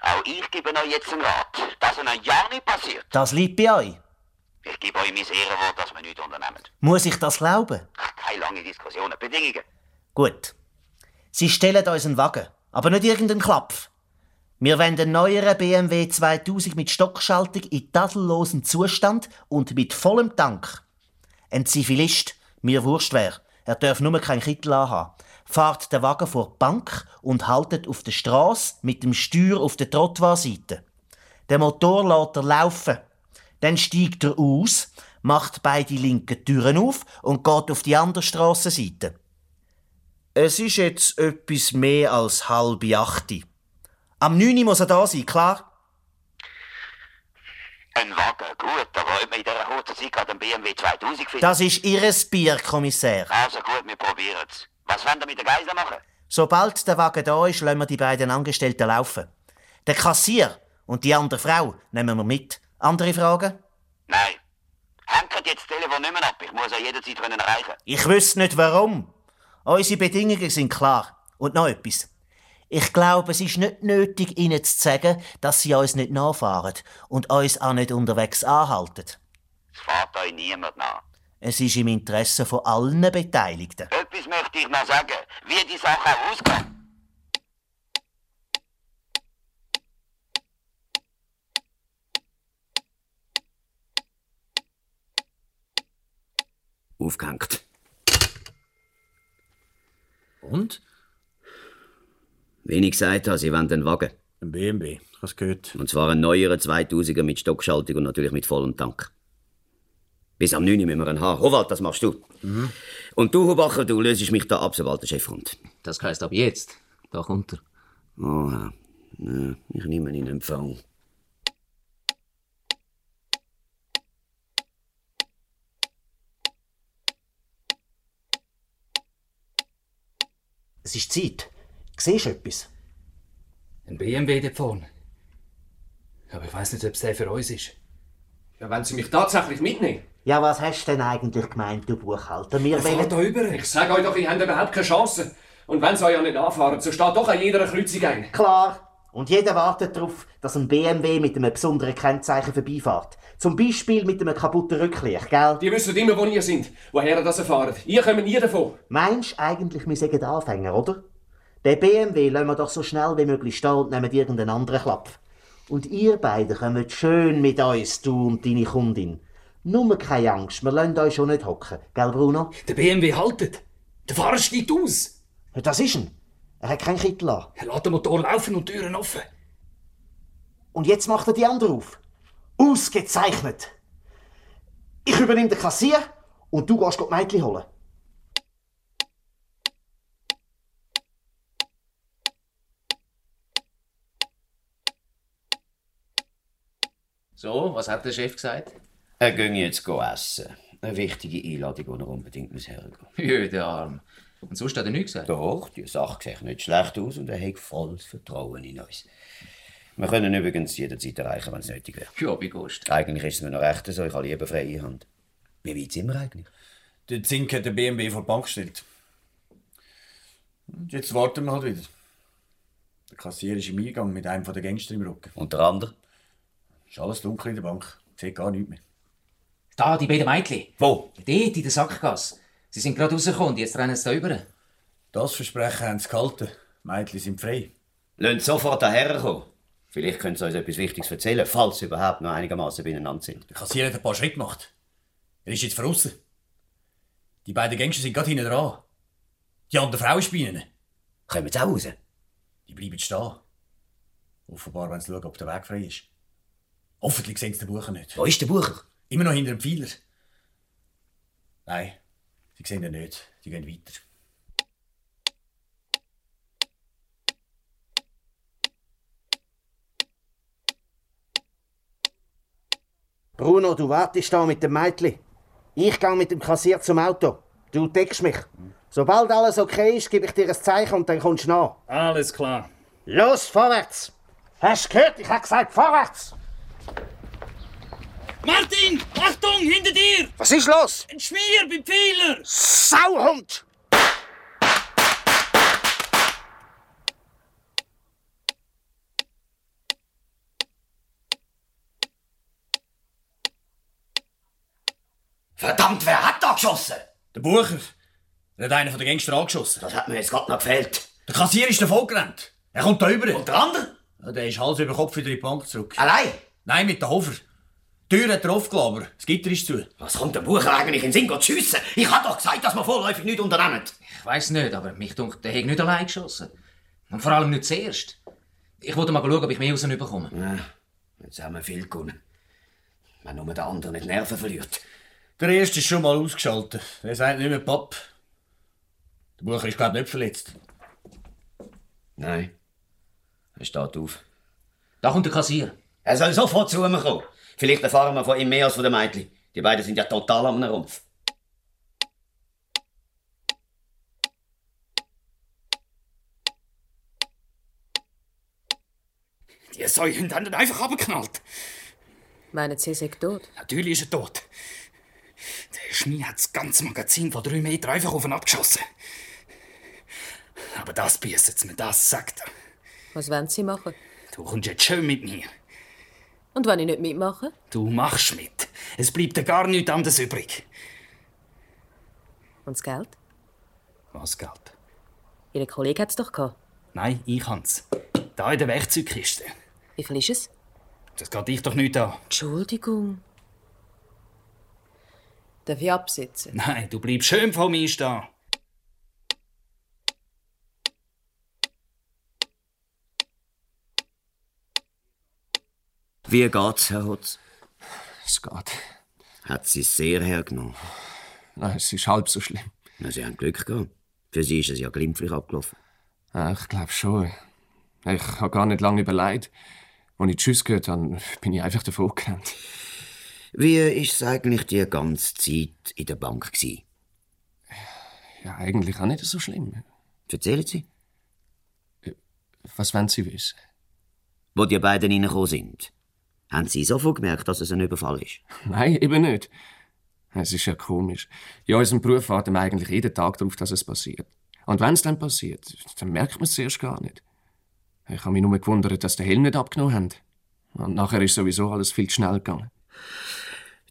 Auch ich gebe euch jetzt einen Rat, dass ihnen ja nicht passiert. Das liegt bei euch. Ich gebe euch mein Ehrenwort, dass wir nichts unternehmen. Muss ich das glauben? Ach, keine lange Diskussionen, Bedingungen. Gut. Sie stellen uns einen Wagen, aber nicht irgendeinen Klapf. Wir wollen einen neueren BMW 2000 mit Stockschaltung in tadellosem Zustand und mit vollem Tank. Ein Zivilist, mir wurscht wer, er darf nur keinen Kittel anhaben, fahrt den Wagen vor die Bank und haltet auf der Straße mit dem Steuer auf der Trottoirseite. Der Motor lässt er laufen. Dann steigt er aus, macht beide linken Türen auf und geht auf die andere Strassenseite. Es ist jetzt etwas mehr als halb achte. Am 9 Uhr muss er da sein, klar? Ein Wagen, gut, da wollen wir in dieser kurzen Zeit gerade einen BMW 2000 finden. Das ist Ihres Bier, Kommissär. Also gut, wir probieren es. Was wollen wir mit der Geisel machen? Sobald der Wagen da ist, lassen wir die beiden Angestellten laufen. Der Kassier und die andere Frau nehmen wir mit. Andere Fragen? Nein. Hängt jetzt das Telefon nicht mehr ab. Ich muss ja jederzeit können erreichen. Ich wüsste nicht warum. Unsere Bedingungen sind klar. Und noch etwas. Ich glaube, es ist nicht nötig, Ihnen zu sagen, dass Sie uns nicht nachfahren und uns auch nicht unterwegs anhalten. Es fährt euch niemand nach. Es ist im Interesse von allen Beteiligten. Etwas möchte ich noch sagen, wie die Sache auch ausgeht. Aufgehängt. Und? Wenig gesagt habe, sie wollen den Wagen. Ein BMW, ich hab's gehört. Und zwar ein neuerer 2000er mit Stockschaltung und natürlich mit vollem Tank. Bis am 9 Uhr müssen wir einen haben. Howald, das machst du. Mhm. Und du, Hubacher, du löst mich da ab, sobald der Chef kommt. Das heißt ab jetzt. Da kommt er. Oha. Ja, ich nehme ihn in Empfang. Es ist Zeit. Siehst du etwas? Ein BMW dort vorne. Aber ich weiß nicht, ob es der für uns ist. Ja, wenn sie mich tatsächlich mitnehmen. Ja, was hast du denn eigentlich gemeint, du Buchhalter? Wir Er fährt da rüber. Ich sag euch doch, ihr habt überhaupt keine Chance. Und wenn sie euch ja nicht anfahren, so steht doch an jeder Kreuzung ein. Klar. Und jeder wartet darauf, dass ein BMW mit einem besonderen Kennzeichen vorbeifährt. Zum Beispiel mit einem kaputten Rücklicht, gell? Die wissen immer, wo ihr sind, woher ihr das erfahrt. Ihr kommt nie davon. Meinst du eigentlich, wir seien Anfänger, oder? Den BMW lassen wir doch so schnell wie möglich stehen und nehmen irgendeinen anderen Klapp. Und ihr beiden kommt schön mit uns, du und deine Kundin. Nur keine Angst, wir lassen euch schon nicht hocken, gell, Bruno? Der BMW haltet. Der Fahrer steigt aus. Das ist ihn. Er hat keinen Kittel an. Er lässt den Motor laufen und die Türen offen. Und jetzt macht er die andere auf. Ausgezeichnet! Ich übernehme den Kassier und du gehst die Mädchen holen. So, was hat der Chef gesagt? Er ging Äh, jetzt essen. Eine wichtige Einladung, die er unbedingt muss hergehen. *laughs* Jö, der Arm. Und sonst hat er nichts gesagt? Doch, die Sache sieht nicht schlecht aus und er hat volles Vertrauen in uns. Wir können übrigens jederzeit erreichen, wenn es nötig wäre. Ja, bei Gust. Eigentlich ist es mir noch recht, so ich habe lieber freie Hand. Wie weit sind wir eigentlich? Der Zink hat den BMW vor die Bank gestellt. Und jetzt warten wir halt wieder. Der Kassier ist im Eingang mit einem von den Gangster im Rücken. Unter anderem? Ist alles dunkel in der Bank. Sieht gar nichts mehr. Da, die beiden Mädchen. Wo? Dort, in der Sackgasse. Sie sind gerade rausgekommen und jetzt rennen sie da rüber. Das Versprechen haben sie gehalten. Mädchen sind frei. Lassen Sie sofort daherkommen. Vielleicht können Sie uns etwas Wichtiges erzählen, falls Sie überhaupt noch einigermaßen beieinander sind. Der Kassier hat ein paar Schritte gemacht. Er ist jetzt draussen. Die beiden Gangster sind gerade hinten dran. Die andere Frau ist bei ihnen. Kommen sie auch raus? Die bleiben stehen. Offenbar wollen sie schauen, ob der Weg frei ist. Hoffentlich sehen sie den Bucher nicht. Wo ist der Bucher? Immer noch hinter dem Pfeiler. Nein, sie sehen ihn nicht. Die gehen weiter. Bruno, du wartest da mit dem Mädchen. Ich gehe mit dem Kassier zum Auto. Du deckst mich. Sobald alles okay ist, gebe ich dir ein Zeichen und dann kommst du nach. Ah. Alles klar. Los, vorwärts! Hast du gehört? *laughs* Ich habe gesagt, vorwärts! Martin, Achtung, hinter dir! Was ist los? Ein Schmier beim Pfeiler! Sauhund! Verdammt, wer hat da geschossen? Der Bucher. Er hat einen von den Gangster angeschossen. Das hat mir jetzt gerade noch gefehlt. Der Kassier ist davon gerannt. Er kommt da rüber. Und der andere? Ja, der ist Hals über Kopf wieder in die Bank zurück. Allein? Nein, mit der Hofer. Die Tür hat er aufgelabert. Das Gitter ist zu. Was kommt der Bucher eigentlich in den Sinn, zu schiessen? Ich habe doch gesagt, dass wir vorläufig nichts unternehmen. Ich weiß nicht, aber mich dunkt, der hat nicht allein geschossen. Und vor allem nicht zuerst. Ich wollte mal schauen, ob ich mehr raus bekomme. Jetzt haben wir viel gewonnen. Wenn nur der andere nicht Nerven verliert. Der erste ist schon mal ausgeschaltet. Der sagt nicht mehr Papp. Der Der Bucher ist gerade nicht verletzt. Nein. Er steht auf. Da kommt der Kassier. Er soll sofort zu mir kommen. Vielleicht erfahren wir von ihm mehr als von den Mädchen. Die beiden sind ja total am Rumpf. Die Säuhunde haben ihn einfach abgeknallt. Meinen Sie, sei tot? Natürlich ist er tot. Der Schmie hat das ganze Magazin von drei Metern einfach auf ihn abgeschossen. Aber das bießt mir, das sagt er. Was wollen Sie machen? Du kommst jetzt schön mit mir. Und wenn ich nicht mitmache? Du machst mit. Es bleibt dir gar nichts anderes übrig. Und das Geld? Was Geld? Ihre Kollege hat es doch gehabt. Nein, ich kann's. Da in der Werkzeugkiste. Wie viel ist es? Das geht dich doch nicht an. Entschuldigung. Darf ich absitzen? Nein, du bleibst schön vor mir stehen. Wie geht's, Herr Hutz? Es geht. Hat sie es sehr hergenommen? Nein, es ist halb so schlimm. Na, Sie haben Glück gehabt. Für Sie ist es ja glimpflich abgelaufen. Ja, Ah, ich glaube schon. Ich habe gar nicht lange überlegt. Als ich Tschüss gehört habe, bin ich einfach davon gerannt. Wie ist es eigentlich die ganze Zeit in der Bank gewesen? Ja, eigentlich auch nicht so schlimm. Erzählen Sie. Was wollen Sie wissen? Wo die beiden reingekommen sind. Haben Sie sofort gemerkt, dass es ein Überfall ist? *laughs* Nein, eben nicht. Es ist ja komisch. In unserem Beruf warten wir eigentlich jeden Tag darauf, dass es passiert. Und wenn es dann passiert, dann merkt man es zuerst gar nicht. Ich habe mich nur gewundert, dass der Helm nicht abgenommen haben. Und nachher ist sowieso alles viel zu schnell gegangen.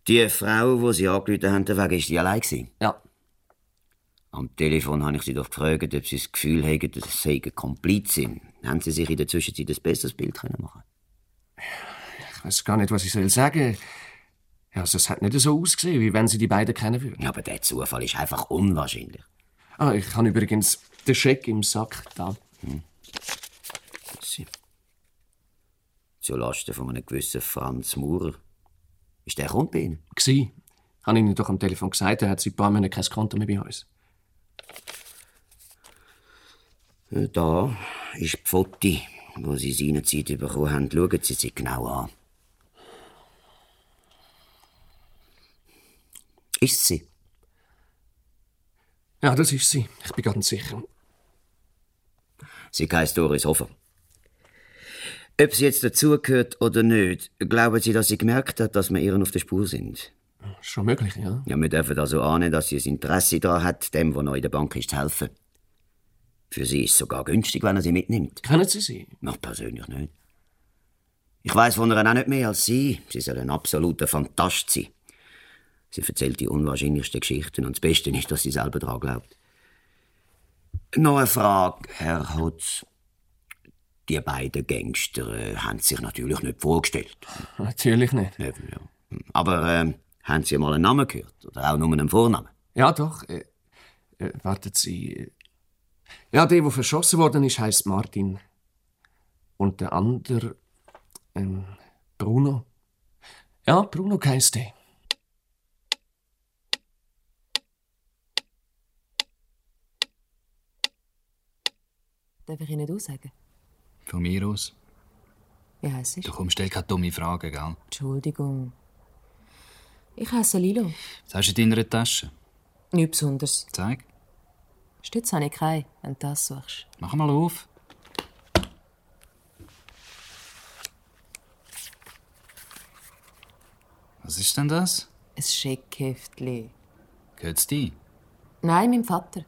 Die Frau, die Sie angerufen haben, der Weg, ist die allein gewesen? Ja. Am Telefon habe ich Sie doch gefragt, ob Sie das Gefühl haben, dass Sie ein Kompliz sind. Haben Sie sich in der Zwischenzeit ein besseres Bild können machen Ich weiß gar nicht, was ich soll sagen. Ja, also, es hat nicht so ausgesehen, wie wenn Sie die beiden kennen würden. Ja, aber der Zufall ist einfach unwahrscheinlich. Ah, ich habe übrigens den Scheck im Sack da. Hm. Sie. Zulasten von einem gewissen Franz Maurer. Ist der Kunde bei Ihnen? Gsi. Habe ich Ihnen doch am Telefon gesagt, er hat seit ein paar Monaten kein Konto mehr bei uns. Ja, Äh, Da ist die Foto, die Sie seinerzeit bekommen haben. Schauen Sie sie genau an. Ist sie? Ja, das ist sie. Ich bin ganz sicher. Sie heisst Doris Hofer. Ob sie jetzt dazugehört oder nicht, glauben Sie, dass sie gemerkt hat, dass wir ihr auf der Spur sind? Schon möglich, ja? Ja, wir dürfen also ahnen, dass sie ein Interesse daran hat, dem, der noch in der Bank ist, zu helfen. Für sie ist es sogar günstig, wenn er sie mitnimmt. Kennen Sie sie? Noch persönlich nicht. Ich weiß von ihr auch nicht mehr als sie. Sie soll ein absoluter Fantast sein. Sie erzählt die unwahrscheinlichsten Geschichten und das Beste ist, dass sie selber daran glaubt. Noch eine Frage, Herr Hutz. Die beiden Gangster äh, haben sich natürlich nicht vorgestellt. Natürlich nicht. Eben, ja. Aber ähm, haben Sie mal einen Namen gehört? Oder auch nur einen Vornamen? Ja, doch. Äh, äh, warten Sie. äh. Ja, der, der verschossen worden ist, heißt Martin. Und der andere. Ähm, Bruno. Ja, Bruno heisst der. Darf ich Ihnen aussagen? Von mir aus. Wie heisst ich? Du kommst, stell keine dumme Fragen, gell? Entschuldigung. Ich heiße Lilo. Was hast du in deiner Tasche? Nichts Besonderes. Zeig. Stütze habe ich keine, wenn du das suchst. Mach mal auf. Was ist denn das? Ein Scheckheftli. Gehört's dir? Nein, meinem Vater.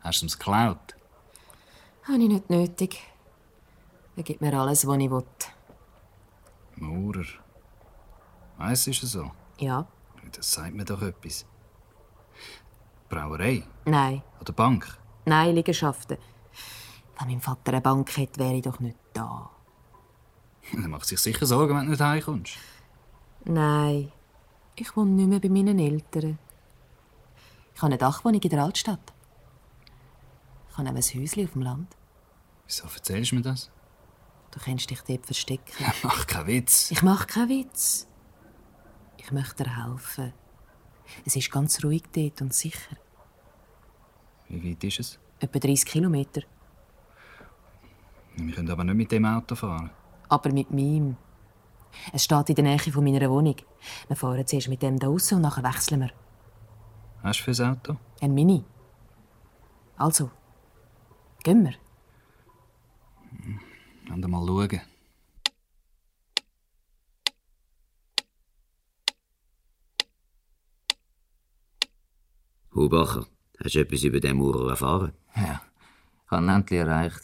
Hast du es geklaut? Habe ich nicht nötig. Er gibt mir alles, was ich will. Maurer. Weiss, ist es so? Ja? Das sagt mir doch etwas. Brauerei Nein. oder Bank? *laughs* Nein, Liegenschaften. Wenn mein Vater eine Bank hätte, wäre ich doch nicht da. Dann macht sich sicher Sorgen, wenn du nicht heimkommst. Nein. Ich wohne nicht mehr bei meinen Eltern. Ich habe eine Dachwohnung in der Altstadt. Ich habe auch ein Häuschen auf dem Land. Wieso erzählst du mir das? Du kannst dich dort verstecken. *laughs* Mach keinen Witz. Ich mache keinen Witz. Ich möchte dir helfen. Es ist ganz ruhig dort und sicher. Wie weit ist es? Etwa 30 Kilometer. Wir können aber nicht mit dem Auto fahren. Aber mit meinem. Es steht in der Nähe von meiner Wohnung. Wir fahren zuerst mit dem da raus und nachher wechseln wir. Hast du fürs Auto? Ein Mini. Also, gehen wir. Wollen wir mal schauen. Hubacher, hast du etwas über den Maurer erfahren? Ja, habe ihn endlich erreicht.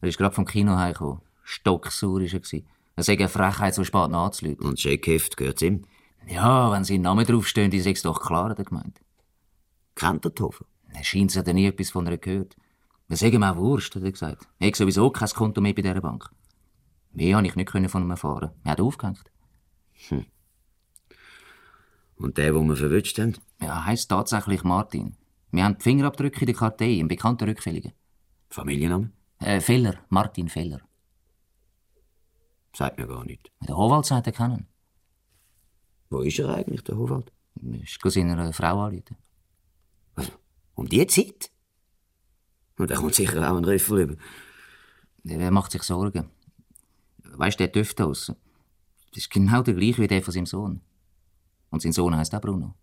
Er ist gerade vom Kino heimgekommen. Stocksauer war er. Er sei eine Frechheit, so spät nachzuleuten. Und Scheckheft gehört ihm? Ja, wenn sein Name draufstehen, ist es doch klar, hat er gemeint. Kennt er Tofer? Er scheint, hat er nie etwas von ihr gehört. Wir sagen ihm auch Wurst, hat er gesagt. Er hat sowieso kein Konto mehr bei dieser Bank. Mehr konnte ich nicht können von ihm erfahren. Er hat aufgehängt. Hm. Und der, wo wir verwünscht haben? Ja, heisst tatsächlich Martin. Wir haben die Fingerabdrücke in der Kartei, im bekannten Rückfälligen. Familienname? Äh, Feller, Martin Feller. Sagt mir gar nicht. Der Howald sagt er kennen. Wo ist er eigentlich, der Howald? Ist go seiner äh, Frau anrufen. Um die Zeit? Und da kommt sicher auch ein Rüffel über. Er macht sich Sorgen. Weißt du, der Düft draussen. Das ist genau der gleiche wie der von seinem Sohn. Und sein Sohn heißt auch Bruno.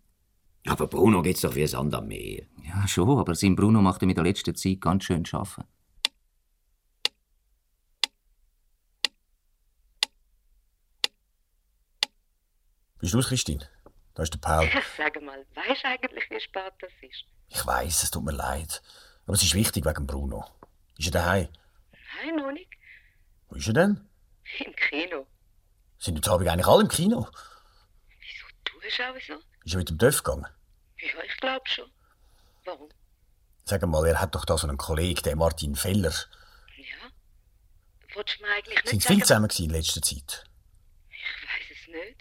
Aber Bruno geht's doch wie Sand am Meer. Ja, schon, aber sein Bruno macht ihm in der letzten Zeit ganz schön Schaffen. Bist du es, Christine? Da ist der Paul. Sag mal, weißt du eigentlich, wie spät das ist? Ich weiß, es tut mir leid. Aber es ist wichtig wegen Bruno. Ist er daheim? Nein, noch nicht. Wo ist er denn? Im Kino. Sind jetzt Abend eigentlich alle im Kino? Du bist auch so? Ist er mit dem Dörf gegangen? Ja, ich glaube schon. Warum? Sag mal, er hat doch da so einen Kollegen, den Martin Feller. Wolltest du mir eigentlich nicht Sind sie viel zusammen gewesen in letzter Zeit? Ich weiß es nicht.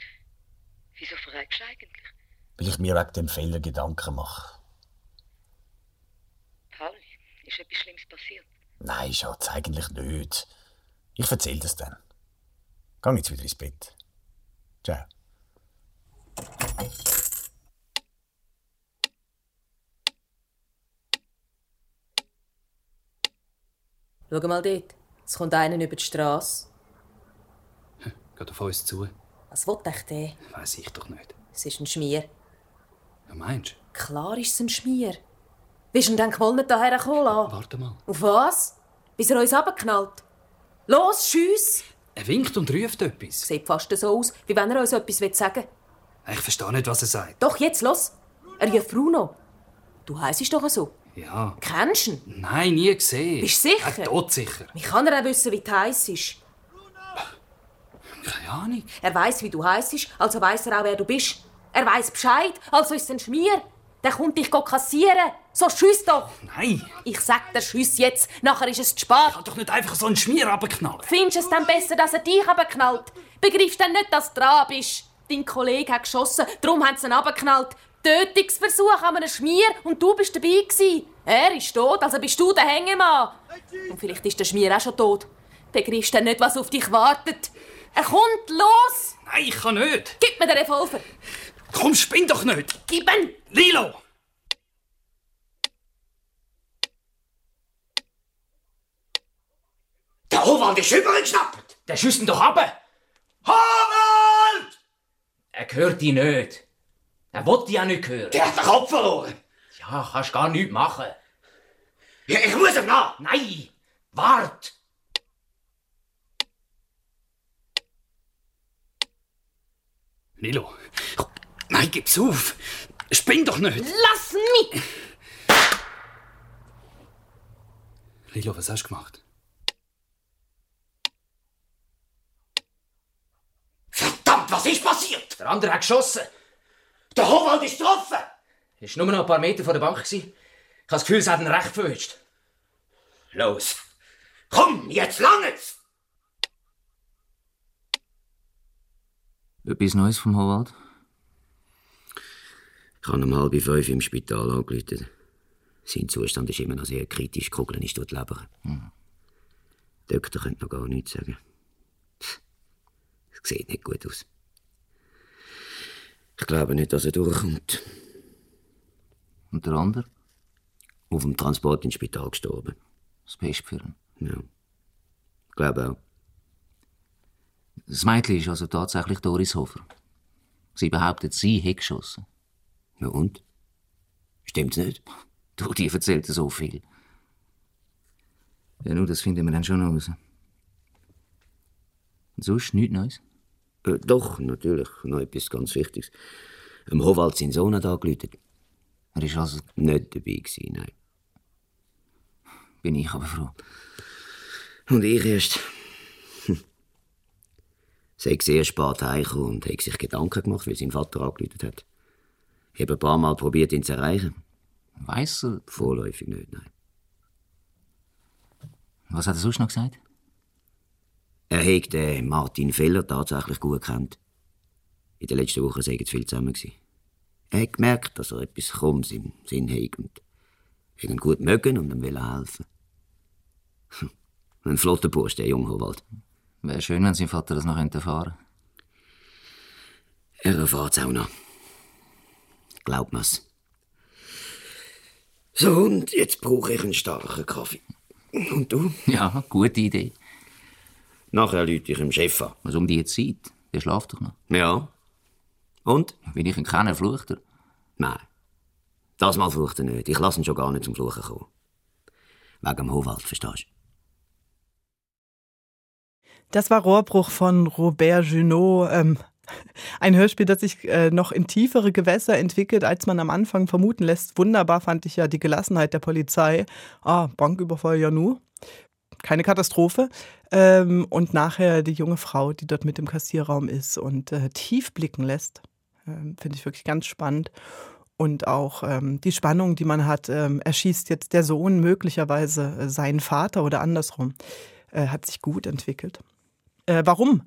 Wieso fragst du eigentlich? Weil ich mir wegen dem Feller Gedanken mache. Paul, ist etwas Schlimmes passiert? Nein, Schatz, eigentlich nicht. Ich erzähl das dann. Geh jetzt wieder ins Bett. Ciao. Schau mal dort. Es kommt einer über die Straße. Geht auf uns zu. Was will ich der? Weiß ich doch nicht. Es ist ein Schmier. Ja, meinst du? Klar ist es ein Schmier. Wie ist denn denn gewollt hierher kommen lassen? Warte mal. Auf was? Bis er uns abknallt. Los, schieß! Er winkt und ruft etwas. Sieht fast so aus, wie wenn er uns etwas sagen will. Ich verstehe nicht, was er sagt. Doch, jetzt los! Er ruft Bruno. Du heisst doch so. Ja. Kennst du ihn? Nein, nie gesehen. Bist du sicher? Ja, tot sicher. Ich kann er auch wissen, wie du heisst. Keine Ahnung. Er weiß, wie du heisst, also weiß er auch, wer du bist. Er weiß Bescheid, also ist es ein Schmier. Der kommt dich go kassieren. So schieß doch! Nein! Ich sag dir, schieß jetzt, nachher ist es zu spät. Doch nicht einfach so einen Schmier abknallen. Findest du es dann besser, dass er dich abknallt? Begreifst du denn nicht, dass du dran bist? Dein Kollege hat geschossen, darum haben sie ihn abknallt. Tötungsversuch an einem Schmier und du bist dabei gewesen. Er ist tot, also bist du der Hängemann. Und vielleicht ist der Schmier auch schon tot. Begreifst du denn nicht, was auf dich wartet? Er kommt los! Nein, ich kann nicht. Gib mir den Revolver! Komm, spinn doch nicht. Gib ihn! Lilo! Der Howald ist übergeschnappt! Der schießt ihn doch ab! Howald! Er hört dich nicht. Er will dich auch nicht hören. Der hat den Kopf verloren! Ja, kannst gar nichts machen. Ja, ich Also, muss ihm nach! Nein! Wart! Lilo. Nein, gib's auf. Spinn doch nicht. Lass mich! Lilo, was hast du gemacht? Verdammt, was ist passiert? Der andere hat geschossen. Der Howald ist getroffen! Ist nur noch ein paar Meter von der Bank. Gewesen. Ich habe das Gefühl, es hat ihn recht verwünscht. Los! Komm, jetzt langet's! Etwas Neues vom Howald? Ich habe um halb fünf im Spital angerufen. Sein Zustand ist immer noch sehr kritisch. Kugeln ist durch die Leber. Hm. Der Doktor könnte noch gar nichts sagen. Pff, Es sieht nicht gut aus. Ich glaube nicht, dass er durchkommt. Und der andere? Auf dem Transport ins Spital gestorben. Das Pest für ihn. Ja. Glaube auch. Das Mädchen ist also tatsächlich Doris Hofer. Sie behauptet, sie hätte geschossen. Na und? Stimmt's nicht? Du, die erzählt so viel. Ja, nur das finden wir dann schon raus. Und sonst nichts Neues? Äh, doch, natürlich. Noch etwas ganz Wichtiges. Im Howald sein Sohn hat angerufen. Er ist also Nicht dabei gewesen, nein. Bin ich aber froh. Und ich erst. Hm. Sie ist sehr spät heimgekommen und hat sich Gedanken gemacht, weil sein Vater angerufen hat. Ich habe ein paar Mal probiert, ihn zu erreichen. Weiss er? Vorläufig nicht, nein. Was hat er sonst noch gesagt? Er hat äh, Martin Feller tatsächlich gut gekannt. In der letzten Woche waren sie viel zusammen. gewesen. Er hat gemerkt, dass er etwas Krummes im Sinn hat und hat ihn gut mögen und ihm wollen helfen. Hm. Ein flotter Bursch, der junge Howald. Wäre schön, wenn sein Vater das noch erfahren könnte. Er erfahrt es auch noch. Glaub mir's. So, und jetzt brauche ich einen starken Kaffee. Und du? Ja, gute Idee. Nachher lüte ich im Chef an. Was um die Zeit? Der schlaft doch noch. Ja. Und? Wenn ich ihn kenne, flucht er. Nein. Das mal flucht er nicht. Ich lasse ihn schon gar nicht zum Fluchen kommen. Wegen dem Howald, verstehst du? Das war Rohrbruch von Robert Junot. Ähm, *laughs* ein Hörspiel, das sich äh, noch in tiefere Gewässer entwickelt, als man am Anfang vermuten lässt. Wunderbar fand ich ja die Gelassenheit der Polizei. Ah, Banküberfall ja nur. Keine Katastrophe. Ähm, und nachher die junge Frau, die dort mit dem Kassierraum ist und äh, tief blicken lässt. Ähm, Finde ich wirklich ganz spannend. Und auch ähm, die Spannung, die man hat, ähm, erschießt jetzt der Sohn möglicherweise äh, seinen Vater oder andersrum, äh, hat sich gut entwickelt. Äh, warum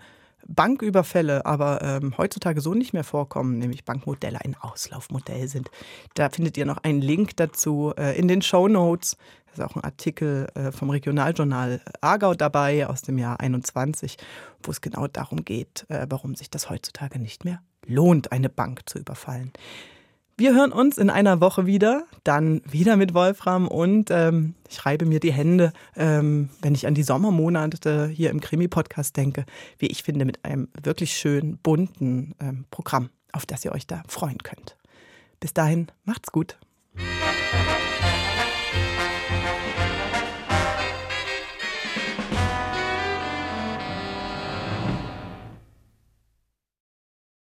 Banküberfälle aber ähm, heutzutage so nicht mehr vorkommen, nämlich Bankmodelle ein Auslaufmodell sind. Da findet ihr noch einen Link dazu äh, in den Show Notes. Da ist auch ein Artikel äh, vom Regionaljournal Aargau dabei aus dem Jahr 21, wo es genau darum geht, äh, warum sich das heutzutage nicht mehr lohnt, eine Bank zu überfallen. Wir hören uns in einer Woche wieder, dann wieder mit Wolfram und ähm, ich reibe mir die Hände, ähm, wenn ich an die Sommermonate hier im Krimi-Podcast denke, wie ich finde, mit einem wirklich schön bunten ähm, Programm, auf das ihr euch da freuen könnt. Bis dahin, macht's gut.